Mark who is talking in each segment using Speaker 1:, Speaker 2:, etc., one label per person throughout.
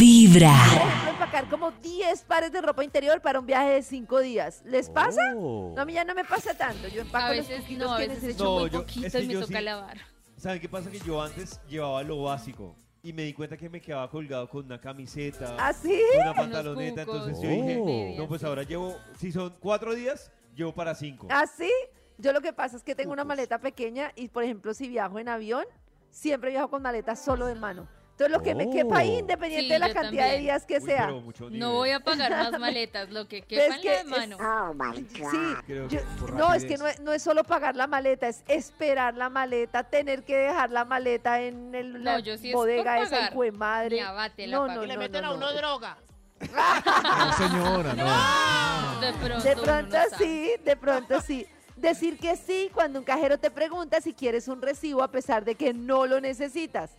Speaker 1: Vibra.
Speaker 2: Voy a empacar como 10 pares de ropa interior para un viaje de 5 días. ¿Les pasa?
Speaker 3: Oh.
Speaker 2: No, a mí ya no me pasa tanto. Yo empaco
Speaker 4: A
Speaker 2: los
Speaker 4: veces
Speaker 2: poquitos
Speaker 4: no, a
Speaker 2: que
Speaker 4: veces
Speaker 2: necesito.
Speaker 4: echo
Speaker 3: No,
Speaker 4: muy
Speaker 3: yo-
Speaker 4: poquito
Speaker 3: es que
Speaker 4: y me
Speaker 3: yo
Speaker 4: toca
Speaker 3: sí-
Speaker 4: lavar.
Speaker 3: ¿Saben qué pasa? Que yo antes llevaba lo básico y me di cuenta que me quedaba colgado con una camiseta,
Speaker 2: ¿Ah, sí?
Speaker 3: con una
Speaker 4: Unos
Speaker 3: pantaloneta.
Speaker 4: cucos,
Speaker 3: Entonces yo
Speaker 4: unas
Speaker 5: Oh.
Speaker 3: dije,
Speaker 4: medias,
Speaker 3: no, pues
Speaker 4: sí.
Speaker 3: ahora llevo, si son cuatro días, llevo para cinco.
Speaker 2: ¿Ah, sí? Yo lo que pasa es que tengo una maleta pequeña y, por ejemplo, si viajo en avión, siempre viajo con maleta solo de mano. Entonces, lo que me quepa ahí,
Speaker 3: Oh.
Speaker 2: independiente
Speaker 4: Sí,
Speaker 2: de la
Speaker 4: yo
Speaker 2: cantidad de
Speaker 4: también.
Speaker 2: días que
Speaker 3: Uy,
Speaker 2: sea.
Speaker 3: pero mucho nivel.
Speaker 4: No voy a pagar más maletas, lo que
Speaker 2: Pero es
Speaker 4: quepa en la de
Speaker 2: que
Speaker 4: mano.
Speaker 2: es- Sí,
Speaker 3: Creo
Speaker 2: yo-
Speaker 3: que por
Speaker 2: no, es
Speaker 3: rapidez.
Speaker 2: que no, es- no es solo pagar la maleta, es esperar la maleta, tener que dejar la maleta en el, la
Speaker 4: No, yo sí es por
Speaker 2: bodega esa
Speaker 4: pagar.
Speaker 2: hijo de madre.
Speaker 4: Ni abate la
Speaker 2: no,
Speaker 4: pago.
Speaker 2: no,
Speaker 6: Y le
Speaker 2: no,
Speaker 6: meten
Speaker 2: no,
Speaker 6: a
Speaker 2: no.
Speaker 6: uno droga.
Speaker 5: No, señora, no.
Speaker 4: De pronto,
Speaker 2: De
Speaker 4: uno no
Speaker 2: pronto
Speaker 4: sabe.
Speaker 2: sí, de pronto sí. Decir que sí cuando un cajero te pregunta si quieres un recibo a pesar de que no lo necesitas.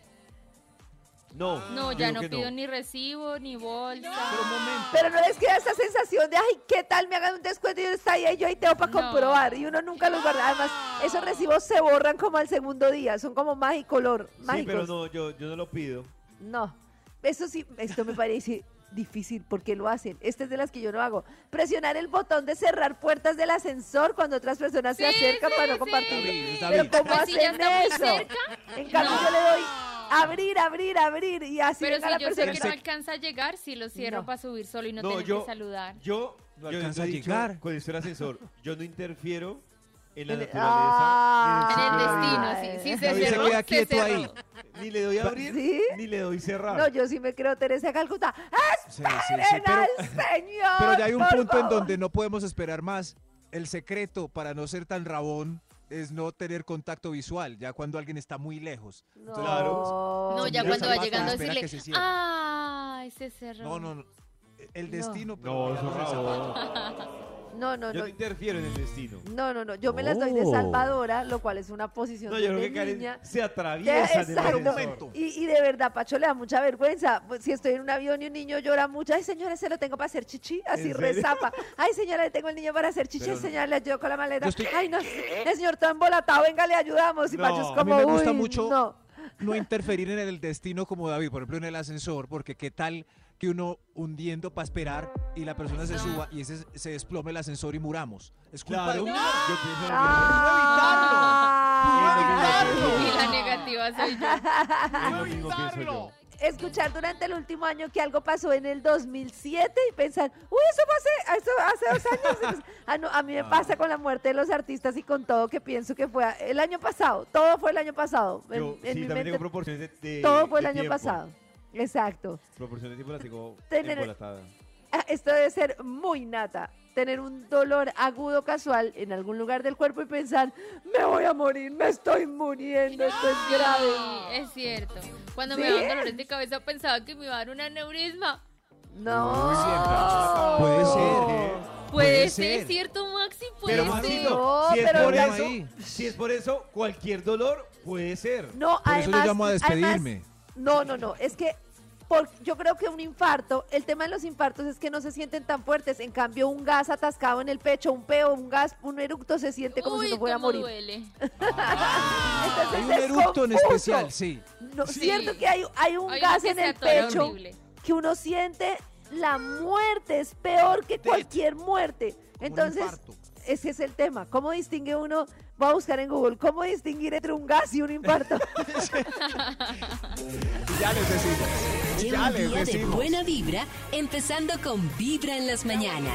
Speaker 3: No,
Speaker 4: No,
Speaker 3: yo
Speaker 4: ya
Speaker 3: digo
Speaker 4: no
Speaker 3: que
Speaker 4: pido ni recibo, ni bolsa.
Speaker 5: Pero un momento.
Speaker 2: Pero no les queda esa sensación de, ay, ¿qué tal? Me hagan un descuento y yo está ahí, yo ahí tengo para
Speaker 4: No.
Speaker 2: comprobar. Y uno nunca los guarda. Además, esos recibos se borran como al segundo día. Son como magicolor,
Speaker 3: Sí, pero
Speaker 2: mágicos.
Speaker 3: no, yo, yo no lo pido.
Speaker 2: No, eso sí, esto me parece difícil porque lo hacen. Esta es de las que yo no hago. Presionar el botón de cerrar puertas del ascensor cuando otras personas se
Speaker 4: Sí,
Speaker 2: acercan
Speaker 4: sí,
Speaker 2: para no
Speaker 4: sí.
Speaker 2: compartirlo.
Speaker 5: David,
Speaker 2: Pero
Speaker 5: David.
Speaker 2: ¿cómo
Speaker 4: Pues si ya
Speaker 2: hacen
Speaker 4: está muy
Speaker 2: eso?
Speaker 4: cerca.
Speaker 2: En cambio
Speaker 4: No.
Speaker 2: yo le doy abrir, abrir, abrir y así
Speaker 4: Pero
Speaker 2: venga
Speaker 4: si
Speaker 2: la
Speaker 4: yo sé
Speaker 2: persona.
Speaker 4: que no alcanza a llegar, si lo cierro
Speaker 2: No.
Speaker 4: para subir solo y no,
Speaker 3: No,
Speaker 4: tener
Speaker 3: yo-
Speaker 4: que saludar.
Speaker 3: Yo
Speaker 5: No
Speaker 3: yo
Speaker 5: alcanza
Speaker 3: he
Speaker 5: a
Speaker 3: dicho
Speaker 5: llegar.
Speaker 3: Con esto el ascensor, yo no interfiero en la
Speaker 2: En el-
Speaker 4: En el
Speaker 3: naturaleza. ni ciclo de
Speaker 2: Ah.
Speaker 3: vida.
Speaker 4: destino, sí. Si se
Speaker 5: David se
Speaker 4: cerró,
Speaker 5: queda
Speaker 4: se
Speaker 5: quieto
Speaker 4: cerró.
Speaker 5: ahí.
Speaker 3: Ni le doy a abrir,
Speaker 2: ¿Sí?
Speaker 3: ni le doy cerrar.
Speaker 2: No, yo sí me creo Teresa Calcuta.
Speaker 5: Sí, sí,
Speaker 2: ¡Esperen
Speaker 5: sí, pero,
Speaker 2: al Señor!
Speaker 5: pero ya hay un
Speaker 2: por
Speaker 5: punto en
Speaker 2: favor!
Speaker 5: donde no podemos esperar más. El secreto para no ser tan rabón es no tener contacto visual, ya cuando alguien está muy lejos.
Speaker 2: No,
Speaker 3: Claro.
Speaker 4: No, ya
Speaker 5: Mira
Speaker 4: cuando
Speaker 5: el
Speaker 4: va
Speaker 5: zapato,
Speaker 4: llegando a
Speaker 5: espera
Speaker 4: decirle, "Ah, ay,
Speaker 5: que se cierre.
Speaker 4: se cerró.
Speaker 5: No, no, no. El
Speaker 2: No.
Speaker 5: destino, pero
Speaker 3: No, eso
Speaker 5: mirando el zapato.
Speaker 2: No, no,
Speaker 3: Yo
Speaker 2: no.
Speaker 3: no interfiero en el destino.
Speaker 2: No, no, no. Yo me las doy de
Speaker 3: Oh.
Speaker 2: salvadora, lo cual es una posición
Speaker 3: No,
Speaker 2: de
Speaker 3: yo creo que
Speaker 2: niña.
Speaker 3: Karen se
Speaker 2: Ya,
Speaker 3: atraviesa en el
Speaker 2: exacto.
Speaker 3: ascensor.
Speaker 2: Y, y de verdad, Pacho, le da mucha vergüenza. Pues, Si estoy en un avión y un niño llora mucho, ay, señora, se lo tengo para hacer chichi, así
Speaker 3: ¿En serio?
Speaker 2: rezapa. Ay, señora, le tengo el niño para hacer chichi,
Speaker 5: Pero no.
Speaker 2: señora, le ayudo con la maleta.
Speaker 5: Yo estoy-
Speaker 2: Ay, no, el señor está embolatado, venga, le ayudamos. Y
Speaker 3: No,
Speaker 2: Pacho es
Speaker 3: a mí
Speaker 2: como,
Speaker 5: me gusta
Speaker 2: "Uy,
Speaker 5: mucho-
Speaker 2: no".
Speaker 5: no interferir en el destino como David, por ejemplo en el ascensor, porque qué tal que uno hundiendo para esperar y la persona se suba y ese se desplome el ascensor y muramos. Es culpa
Speaker 3: Claro,
Speaker 5: de uno.
Speaker 3: yo pienso lo
Speaker 2: Ah,
Speaker 3: evitarlo.
Speaker 4: Y la negativa soy yo.
Speaker 3: mismo, es lo mismo pienso yo.
Speaker 6: ¡Evitarlo!
Speaker 2: Escuchar durante el último año que algo pasó en el 2007 y pensar, uy, eso fue hace, eso hace dos años. Ah, no, a mí me pasa con la muerte de los artistas y con todo que pienso que fue el año pasado. Todo fue el año pasado. En- en
Speaker 3: Yo, sí,
Speaker 2: mi
Speaker 3: también
Speaker 2: mente
Speaker 3: tengo proporciones de, de-
Speaker 2: Todo fue el
Speaker 3: de
Speaker 2: año
Speaker 3: tiempo.
Speaker 2: pasado. Exacto.
Speaker 3: Proporciones de tiempo las tengo
Speaker 2: Tener-
Speaker 3: embolatadas.
Speaker 2: Ah, Esto debe ser muy nata. Tener un dolor agudo casual en algún lugar del cuerpo y pensar, me voy a morir, me estoy muriendo, esto es grave.
Speaker 4: Sí, es cierto. Cuando me
Speaker 2: ¿Sí?
Speaker 4: daban dolores de cabeza pensaba que me iba a dar un aneurisma.
Speaker 2: No.
Speaker 5: Puede ser.
Speaker 3: ¿Qué?
Speaker 4: Puede
Speaker 5: Puede
Speaker 4: ser,
Speaker 5: ser.
Speaker 4: ¿cierto, Maxi? Puede
Speaker 3: Pero
Speaker 4: ser.
Speaker 3: Maxito,
Speaker 2: No,
Speaker 3: si, es
Speaker 2: pero
Speaker 3: por
Speaker 5: ya-
Speaker 3: eso, si es por eso, cualquier dolor puede ser.
Speaker 2: No,
Speaker 5: Por eso yo
Speaker 2: además-
Speaker 5: llamo a despedirme.
Speaker 2: además- no, no, no. Es que por- yo creo que un infarto, el tema de los infartos es que no se sienten tan fuertes. En cambio, un gas atascado en el pecho, un peo, un gas, un eructo se siente como
Speaker 4: Uy,
Speaker 2: si no fuera a
Speaker 4: cómo
Speaker 2: morir.
Speaker 4: duele.
Speaker 2: Entonces
Speaker 5: Hay un
Speaker 2: es
Speaker 5: eructo en
Speaker 2: confuso.
Speaker 5: especial, sí.
Speaker 2: No,
Speaker 4: Sí.
Speaker 2: Cierto que hay, hay un
Speaker 4: Hay uno
Speaker 2: gas
Speaker 4: que
Speaker 2: en
Speaker 4: se
Speaker 2: el
Speaker 4: atora
Speaker 2: pecho
Speaker 4: horrible.
Speaker 2: que uno siente la muerte, es peor que cualquier muerte. Entonces,
Speaker 5: infarto.
Speaker 2: ese es el tema. ¿Cómo distingue uno? Va a buscar en Google, ¿cómo distinguir entre un gas y un infarto?
Speaker 5: Ya les decimos.
Speaker 1: Lleva un día de buena vibra, empezando con Vibra en las mañanas.